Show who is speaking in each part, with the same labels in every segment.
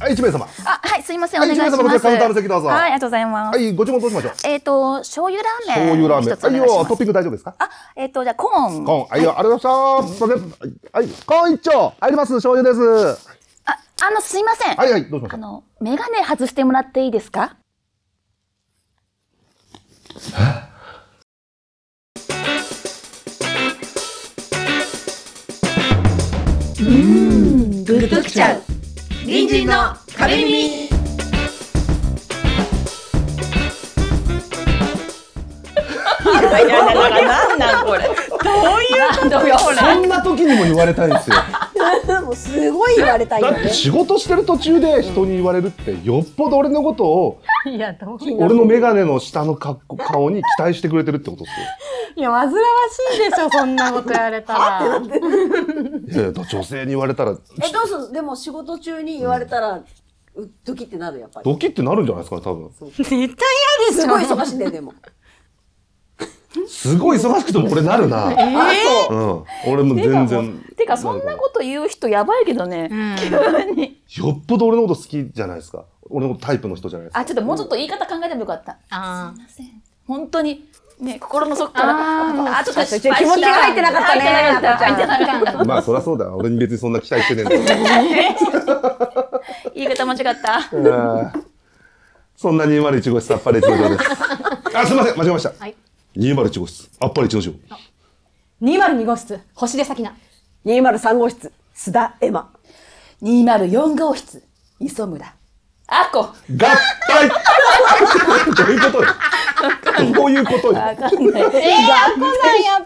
Speaker 1: はい、一名様。
Speaker 2: あ、はい、すいません、お
Speaker 1: はい
Speaker 2: 願いします。
Speaker 1: 一名様こちらカウンターの席どうぞ
Speaker 2: はい、ありがとうございます。
Speaker 1: はい、ご注文どうしましょう。
Speaker 2: えっ、と、醤油ラーメン。
Speaker 1: 醤油ラーメン。
Speaker 2: 一つお
Speaker 1: はい
Speaker 2: 願いし
Speaker 1: よ、
Speaker 2: ま
Speaker 1: トッ
Speaker 2: す。
Speaker 1: ピング大丈夫ですか
Speaker 2: あ、えっ、と、じゃあ、コーン。
Speaker 1: コーン。はいよ、ありがとうございます。すいませんはい、コーン一丁。入ります、醤油です。
Speaker 2: あ、あの、すいません。
Speaker 1: はいはい、どうしまし
Speaker 2: あ
Speaker 1: ょう。
Speaker 2: の、メガネ外してもらっていいですか
Speaker 3: グッときちゃう隣人の壁耳
Speaker 4: いやだからなんなんこれ。
Speaker 1: そんな時にも言われたいんですよ。
Speaker 5: もうすごい言われたい
Speaker 1: だ
Speaker 5: よ
Speaker 1: って
Speaker 5: ね。
Speaker 1: 仕事してる途中で人に言われるって、よっぽど俺のことを、
Speaker 3: いやどう
Speaker 1: 俺のメガネの下の格好顔に期待してくれてるってことですよ。
Speaker 3: いや煩わしいでしょそんなこと言われたら
Speaker 1: いやいや女性に言われたら、
Speaker 5: え、どうするでも仕事中に言われたら、うドキってなる、やっぱり。
Speaker 1: ドキってなるんじゃないですかね、多分。
Speaker 3: 絶対嫌です
Speaker 5: ごい忙しいね、でも。
Speaker 1: すごい忙しくても俺なるな。
Speaker 3: えー
Speaker 1: うん。俺も全然。
Speaker 2: てか、そんなこと言う人やばいけどね。
Speaker 1: よっぽど俺のこと好きじゃないですか。俺のタイプの人じゃないですか。
Speaker 2: あ、ちょっともうちょっと言い方考えてもよかった。
Speaker 3: あ
Speaker 2: すいません。本当に、ね、心の底から。
Speaker 3: あーもう
Speaker 2: あちょっと失敗
Speaker 5: 気持ちが入ってなかったね
Speaker 2: 入ってなかった。入ってなかった。
Speaker 1: まあそりゃそうだよ。俺に別にそんな期待してねえんだか
Speaker 2: 言い方間違った。
Speaker 1: らうん。そんな201号室さっぱり一のです。あ、すいません。間違えました。
Speaker 3: い
Speaker 1: 201号室あっぱれ一の城。
Speaker 3: 202号室星出先な
Speaker 5: 203号室、須田エマ。
Speaker 2: 204号室、磯村。あこ。
Speaker 1: 合体どういうことよ。どういうことよ。やっ
Speaker 3: えー、あこさんやっ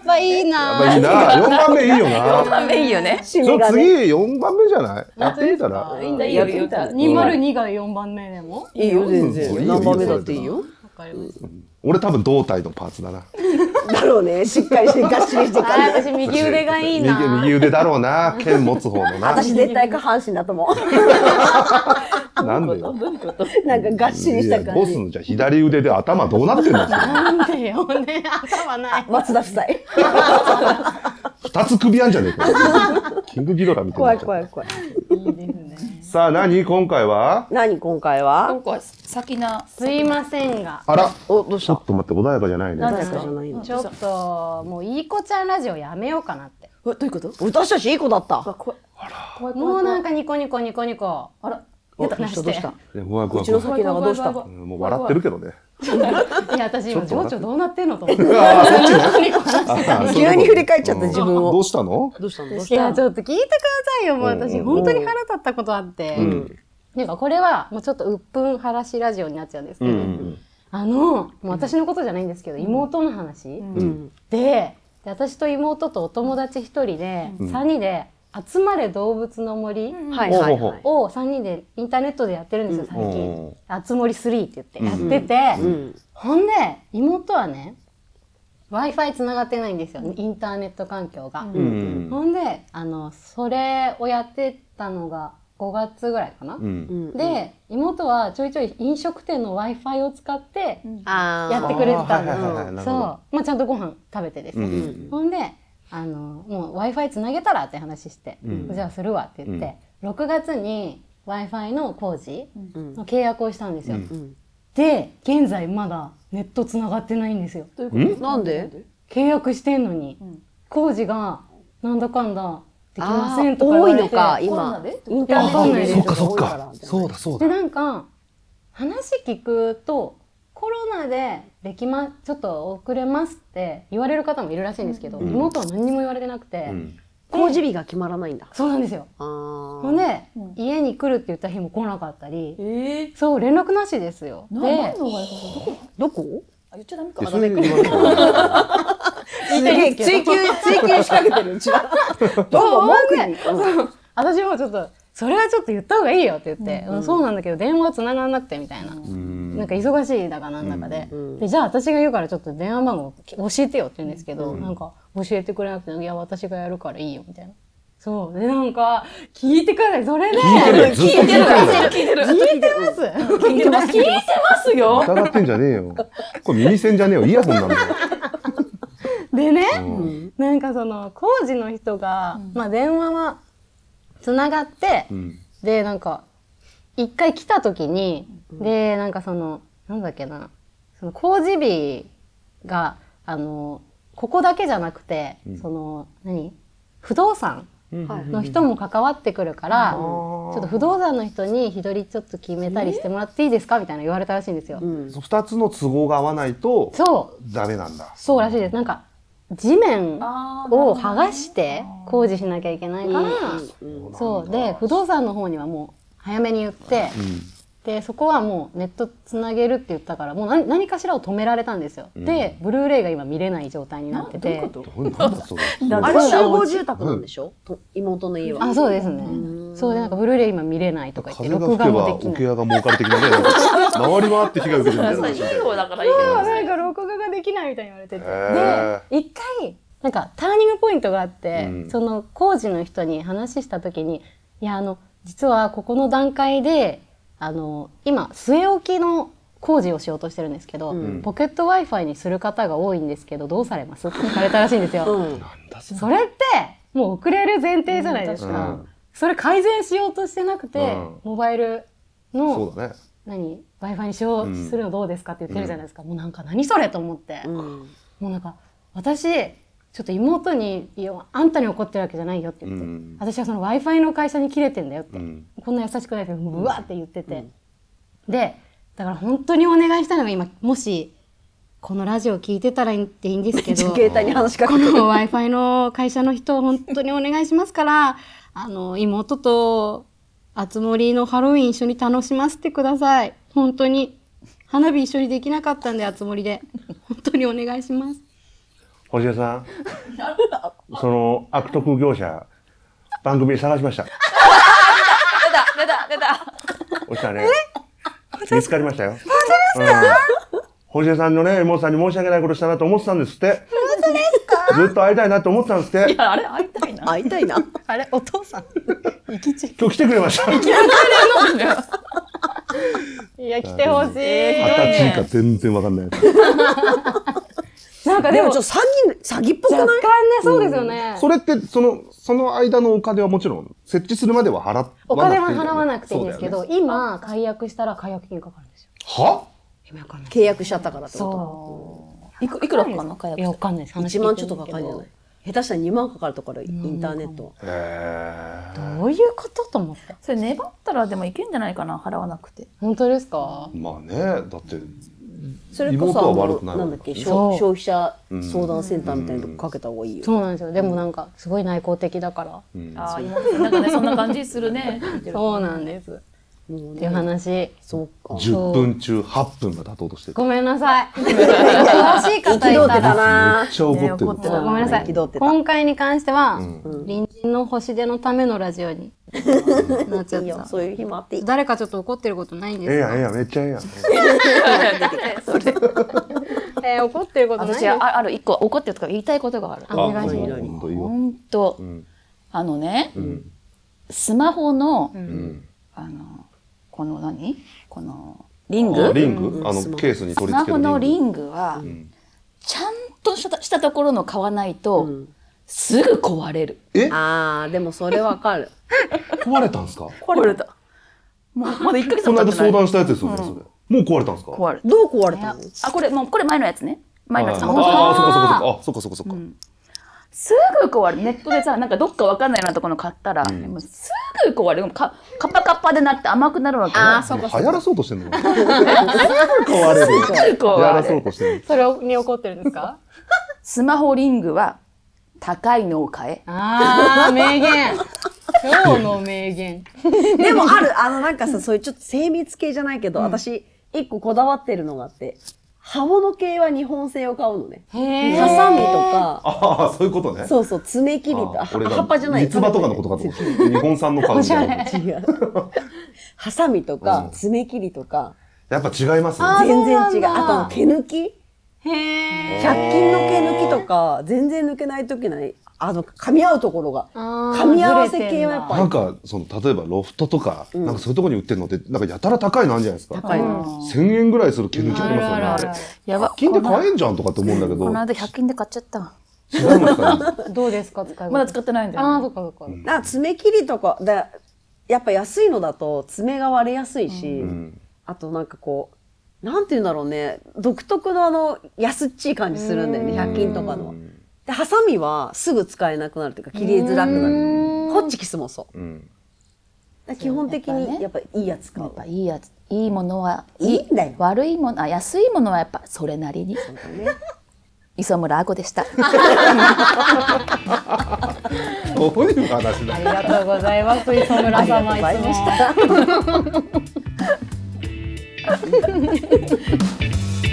Speaker 3: ぱいいな
Speaker 1: ぱいいな。4番目いいよ
Speaker 2: 4
Speaker 1: な。
Speaker 2: 番目いいよね。
Speaker 1: そ
Speaker 5: 趣味
Speaker 1: う
Speaker 5: がね。
Speaker 1: 次4番目じゃないやってみたら。
Speaker 2: いいんだよ、いいよ。
Speaker 3: 202が4番目でも
Speaker 5: いいよ、全
Speaker 1: うんいい
Speaker 5: 然。
Speaker 1: よ
Speaker 5: 何番目だっていいよ。
Speaker 3: わかりました
Speaker 1: 俺多分胴体のパーツだな。
Speaker 5: だろうね、しっかりして、がっしりしてか
Speaker 3: あ
Speaker 5: ら
Speaker 3: ー私右腕がいいな
Speaker 1: 右右腕だろうな。剣持つ方のな。
Speaker 5: 私絶対下半身だと思 う。
Speaker 1: なんでよ。
Speaker 5: なんかがっしりした感
Speaker 1: ボス
Speaker 5: じ。
Speaker 1: のじゃあ左腕で頭どうなってるんですか
Speaker 3: なんでよね頭ない
Speaker 5: 松田夫妻。
Speaker 1: 二つ首あんじゃねえ かキングギドラみたいに
Speaker 5: 怖
Speaker 1: ないっちゃう
Speaker 5: 怖い怖い。
Speaker 1: さあ何今回は
Speaker 5: 何今回は
Speaker 2: んか、先な。
Speaker 3: すいませんが
Speaker 1: あら
Speaker 5: お、どうし
Speaker 1: ちょ
Speaker 5: た
Speaker 1: っと待って穏やかじゃないね
Speaker 5: 誰かじゃないの。
Speaker 3: ちょっともういい子ちゃんラジオやめようかなって
Speaker 2: どういうこと
Speaker 5: 私たちいい子だった。
Speaker 2: 怖い
Speaker 3: もうなんかニコニコニコニコ
Speaker 2: あら。
Speaker 5: おどうしたどうした
Speaker 1: いや怖い怖
Speaker 5: う
Speaker 1: い
Speaker 5: ちの
Speaker 1: 怖い
Speaker 5: 先長どうした
Speaker 1: うんもう笑ってるけどね
Speaker 3: いや私今
Speaker 1: ち
Speaker 3: 情
Speaker 1: ょっと待って
Speaker 3: 緒どうなってんのと思って
Speaker 1: ああそっちね
Speaker 5: 急に振り返っちゃった自分を
Speaker 1: どうしたの
Speaker 5: どうしたのどう
Speaker 3: い
Speaker 5: した
Speaker 3: や
Speaker 5: の
Speaker 3: ちょっと聞いてくださいよもう私、
Speaker 1: うん
Speaker 3: 本当に腹立ったことあって、
Speaker 1: ん
Speaker 3: なんかこれはもうちょっと鬱憤晴らしラジオになっちゃうんですけ
Speaker 1: うん
Speaker 3: ど、
Speaker 1: うんうん
Speaker 3: あのもう私のことじゃないんですけど、妹の話、
Speaker 1: ん
Speaker 3: でで私と妹とお友達一人で、3人で「集まれ動物の森」
Speaker 5: はいはいはい。
Speaker 3: を3人でインターネットでやってるんですよ最
Speaker 1: うん
Speaker 3: 近「あつ森3」って言ってやってて、ほんで妹はね w i f i つながってないんですよインターネット環境が。
Speaker 1: うん
Speaker 3: ほんであのそれをやってたのが5月ぐらいかな、
Speaker 1: うん
Speaker 3: で妹はちょいちょい飲食店の w i f i を使って
Speaker 5: あ
Speaker 3: やってくれてたんで
Speaker 1: あーはいはいはい
Speaker 3: す
Speaker 1: な
Speaker 3: よ
Speaker 1: る
Speaker 3: そ
Speaker 1: ほ
Speaker 3: う
Speaker 1: ど、
Speaker 3: まあ、ちゃんとご飯食べてですね、
Speaker 1: うん
Speaker 3: ほんであのもう w i f i つなげたらって話して、
Speaker 1: ん
Speaker 3: じゃあするわって言って、6月に w i f i の工事
Speaker 5: ん
Speaker 3: の契約をしたんですよ、
Speaker 5: ん
Speaker 3: で現在まだネットつながってないんですよ
Speaker 5: あ。なんで
Speaker 3: 契約してんのに、工事がなんだかんだできま
Speaker 5: あ
Speaker 3: せん
Speaker 5: ー
Speaker 3: とか言わ
Speaker 5: 多い
Speaker 3: れて
Speaker 5: のか、
Speaker 2: コロ
Speaker 5: 今
Speaker 2: ナで。
Speaker 5: インターネットの
Speaker 3: あ
Speaker 5: 利
Speaker 3: そ
Speaker 5: 用
Speaker 3: っ
Speaker 5: 者が多いら
Speaker 1: そうだそう
Speaker 3: でなんか話聞くとコロナでできまちょっと遅れますって言われる方もいるらしいんですけど、妹は何にも言われてなくて、
Speaker 1: ん
Speaker 5: 工事日が決まらないんだ。
Speaker 3: そうなんですよ。
Speaker 5: あー
Speaker 3: ほんで、家に来るって言った日も来なかったり、そう連絡なしですよ。で、
Speaker 5: どこ
Speaker 2: あ、言っちゃダメか。
Speaker 1: でそれ言われたら
Speaker 5: すげえ 追求追求しかけてるうちは。どうも文句に。
Speaker 3: 私もちょっとそれはちょっと言った方がいいよって言って、うんそうなんだけど電話繋がんなくてみたいな、
Speaker 1: うん
Speaker 3: なんか忙しいだかなんだかで,、でじゃあ私が言うからちょっと電話番号教えてよって言うんですけど、なんか教えてくれなくていや私がやるからいいよみたいなそうでなんか聞いてくださいそれで
Speaker 1: 聞いてるよずっと聞いて
Speaker 2: 聞い
Speaker 1: るよ
Speaker 2: てる。
Speaker 3: 聞いてます
Speaker 2: 聞いてます。聞いてますよ。
Speaker 1: 疑ってんじゃねえよこれ耳栓じゃねえよイヤホンなんだよ
Speaker 3: でね、
Speaker 1: ん
Speaker 3: なんかその工事の人が、まあ電話はつながって、
Speaker 1: ん
Speaker 3: でなんか一回来た時に、で、なんかその、なんだっけな、その工事日が、あの、ここだけじゃなくて、その、何不動産の人も関わってくるから、ちょっと不動産の人に日取りちょっと決めたりしてもらっていいですかみたいな言われたらしいんですよ。
Speaker 1: そ二つの都合が合わないと
Speaker 3: そう、
Speaker 1: ダメなんだ。
Speaker 3: そうらしいです。なんか、地面を剥がして工事しなきゃいけないから、そう。で、不動産の方にはもう早めに言って、で、そこはもうネットつなげるって言ったから、もう何何かしらを止められたんですよ。で、ブルーレイが今見れない状態になってて。
Speaker 1: どういうなんだそれ。
Speaker 5: あれ集合住宅なんでしょ、と妹の家は。
Speaker 3: あ、そうですね。そうで、なんかブルーレイ今見れないとか言って、
Speaker 1: 風が
Speaker 3: 録
Speaker 1: 吹
Speaker 3: 画
Speaker 1: け
Speaker 3: も
Speaker 1: ば
Speaker 3: できない
Speaker 1: 桶。屋が儲かる的なね。なんか回り回って火が受けてるみたいな。
Speaker 4: いい方だからいいけどね。
Speaker 3: なんか録画ができないみたいに言われてて。
Speaker 1: へ
Speaker 3: で、一回、なんかターニングポイントがあって、
Speaker 1: うん
Speaker 3: その工事の人に話した時に、いや、あの、実はここの段階で、あの、今、据え置きの工事をしようとしてるんですけど、ポケット Wi-Fi にする方が多いんですけど、どうされますって聞かれたらしいんですよ。それって、もう遅れる前提じゃないですか。
Speaker 1: うん
Speaker 3: それ改善しようとしてなくて、
Speaker 1: うん
Speaker 3: モバイルの、
Speaker 1: そうだね。
Speaker 3: 何 Wi-Fi に使用
Speaker 1: ん
Speaker 3: するのどうですかって言ってるじゃないですか、もうなんか何それと思って、
Speaker 5: うん
Speaker 3: もうなんか私ちょっと妹にいやあんたに怒ってるわけじゃないよって言って、
Speaker 1: うん
Speaker 3: 私はその Wi-Fi の会社に切れてんだよって、
Speaker 1: うん
Speaker 3: こんな優しくないけどもううわって言ってて、でだから本当にお願いしたいのが今もしこのラジオ聞いてたらいいっていいん ですけど
Speaker 5: 携帯に話 しかけ
Speaker 3: こ
Speaker 5: て
Speaker 3: の
Speaker 5: る
Speaker 3: Wi-Fi の会社の人、本当にお願いしますから、あの、妹と、あつ森のハロウィン一緒に楽しませてください。本当に。花火一緒にできなかったんで、あつ森で。本当にお願いします。
Speaker 1: 星出さん、その悪徳業者、番組で探しました。
Speaker 4: 出た出た出た。
Speaker 1: 落ちたね。見つかりましたよ。本当ですか、うん、星出さんのね、妹さんに申し訳ないことしたなと思ってたんですって。本当ですかずっと会いたいなと思ってたんですって。
Speaker 4: あれ会いたいな。
Speaker 5: 会いたいな。
Speaker 3: あれお父さん。生きち。
Speaker 1: 今日来てくれました。二十
Speaker 3: いや、来てほしい。
Speaker 1: 歳以下全然わかんないやつ。
Speaker 3: なんか
Speaker 5: で
Speaker 3: で
Speaker 5: も
Speaker 3: も、
Speaker 5: ちょっと詐欺、詐欺っぽくな
Speaker 3: 若
Speaker 5: い
Speaker 3: 干ね、そうですよね。
Speaker 1: それって、その、その間のお金はもちろん、設置するまでは払わなくていい
Speaker 3: お金は払わなくていいんですけ
Speaker 1: そ
Speaker 3: ど、
Speaker 1: う
Speaker 3: 今、解約したら解約金かかるんですよ。
Speaker 1: だよねは
Speaker 3: 今わかんない。
Speaker 5: 契約しちゃったからってこ
Speaker 3: そう。
Speaker 4: いくいくらかな解約
Speaker 3: いや、わかんないです。
Speaker 5: と。
Speaker 3: 話
Speaker 5: 1
Speaker 3: 聞い
Speaker 5: 万
Speaker 3: て
Speaker 5: ちょっとかかるんじゃ
Speaker 3: な
Speaker 5: な
Speaker 3: い
Speaker 5: い下手したら2万かかるところ、インターネットは。
Speaker 1: え
Speaker 3: どういうことと思って。
Speaker 4: それ粘ったらでもいけんじゃないかな払わなくて。
Speaker 3: 本当ですか
Speaker 1: ー、まあね、だって、
Speaker 5: それこ
Speaker 1: 妹
Speaker 5: そ、
Speaker 1: は
Speaker 5: あ
Speaker 1: 悪くな
Speaker 5: の
Speaker 1: い
Speaker 5: なんだっけ、
Speaker 3: そう
Speaker 5: 消消費者相談センターみたいなとこかけた方がいいよ。
Speaker 3: そうなんですよ。でもなんか、すごい内向的だから。
Speaker 4: ああ今なんかねそんな感じする ね。
Speaker 3: そうなんです。っていう話。
Speaker 5: そうか。
Speaker 1: 10分中8分が妥当としてる。
Speaker 3: ごめんなさ い。詳しい方いた
Speaker 5: 憤ってた
Speaker 3: ら。
Speaker 1: め
Speaker 5: な
Speaker 1: っちゃ怒ってる。
Speaker 4: ね怒って
Speaker 3: そうごめんなさい。
Speaker 5: 憤ってた
Speaker 3: 今回に関しては、隣人の星出のためのラジオになっちゃ
Speaker 5: い
Speaker 3: っ
Speaker 5: や、
Speaker 3: た。
Speaker 5: そういう日もあっていい。
Speaker 3: 誰かちょっと怒ってることないん
Speaker 1: ええ
Speaker 3: です
Speaker 1: やん、ええ
Speaker 3: か
Speaker 1: やん、めっちゃええやん。
Speaker 3: えー怒ってることないです
Speaker 4: 私
Speaker 3: か
Speaker 4: あある一個怒ってるとか言いたいことがある。
Speaker 3: あお願いします。
Speaker 1: 本当いいよ。
Speaker 4: 本当、
Speaker 1: ん
Speaker 4: あのね、
Speaker 1: ん
Speaker 4: スマホの、
Speaker 1: うん
Speaker 4: あのこの何このリン
Speaker 1: あ
Speaker 4: グ
Speaker 1: リングあの、ケースに
Speaker 4: ス
Speaker 1: 取り
Speaker 4: マ
Speaker 1: 付け
Speaker 4: ホ
Speaker 1: る
Speaker 4: のリ
Speaker 1: グ。
Speaker 4: ングは、
Speaker 1: ん
Speaker 4: ちゃんとしたしたところの買わないと、すぐ壊れる
Speaker 1: え
Speaker 5: ああ、でもそれわかる。
Speaker 1: 壊れたんですか
Speaker 4: 壊れたもうまだ1ヶ月
Speaker 1: この間
Speaker 4: も経ってない
Speaker 1: 相談したやつですよね、それ。もう壊れたんですか
Speaker 4: 壊れた
Speaker 5: どう壊れたの
Speaker 4: あこれもうこれ前のやつね前のやつ
Speaker 1: あ
Speaker 4: 本当だ
Speaker 1: あー、そっかそっかそっか。あ、そっかそっかそっか。
Speaker 4: すぐ壊れるネットでさなんかどっかわかんないようなとこの買ったら、もうすぐ壊れるかカパカパでなって甘くなるわけ
Speaker 5: ああ、そうか。
Speaker 1: 流行らそうとしてんのかな壊れる。
Speaker 4: すぐ
Speaker 1: 流行
Speaker 4: 壊
Speaker 1: ら
Speaker 4: れ
Speaker 1: そう
Speaker 4: る
Speaker 1: としてんの。
Speaker 3: それに怒ってるんですか
Speaker 4: スマホリングは高いのを買え
Speaker 3: あー、名言。今日の名言。
Speaker 5: でもある、あのなんかさ、そういうちょっと精密系じゃないけど、私、一個こだわってるのがあって、刃物系は日本製を買うのね。
Speaker 3: へ
Speaker 5: ハサミとか、
Speaker 1: ああ、そういうことね。
Speaker 5: そうそう、爪切りと、
Speaker 1: あ
Speaker 5: あ
Speaker 1: 俺が
Speaker 5: 葉っぱじゃない。
Speaker 1: 三つ葉とかのことかと思って。日本産の顔みたいな。
Speaker 5: 違う。ハサミと
Speaker 1: うん
Speaker 5: か、爪切りとか、
Speaker 1: やっぱ違いますね。
Speaker 5: 全然違う。
Speaker 3: そうなんだ
Speaker 5: あと、毛抜き
Speaker 3: へー。
Speaker 5: 百均の毛抜きとか、全然抜けないときない。あの、噛み合うところが。
Speaker 3: あー
Speaker 5: 噛み合わせ系はやっぱ
Speaker 1: なんか、その、例えばロフトとか、なんかそういうとこに売ってるのって、なんかやたら高いのあるじゃないですか。
Speaker 5: 高いの。
Speaker 1: 1000円ぐらいする毛抜きありますよね。
Speaker 3: あるあるある
Speaker 4: やば
Speaker 1: 金で買えんじゃんとかって思うんだけど
Speaker 4: こ、の間100均で買っちゃったわ
Speaker 1: 違うんですかね。
Speaker 3: どうですか使い方。
Speaker 4: まだ使ってないんだよ、
Speaker 3: あ
Speaker 4: ね
Speaker 3: あ、そっかそっか。
Speaker 5: なんか爪切りとか、だやっぱ安いのだと爪が割れやすいし、
Speaker 1: うん
Speaker 5: あとなんかこう、なんて言うんだろうね、独特のあの安っちい感じするんだよね、100均とかのは。で、ハサミはすぐ使えなくなるというか、切りづらくなる。ホッチキスもそう。
Speaker 1: うん
Speaker 5: だから基本的にやっぱいいやつ買
Speaker 4: や
Speaker 5: う
Speaker 4: っ。ぱいいやついいものはい
Speaker 5: いんだよ
Speaker 4: 悪いものあ安いものはやっぱそれなりに磯村あこでした
Speaker 1: どういう話だ
Speaker 3: ありがとうございます、磯村様、いつも。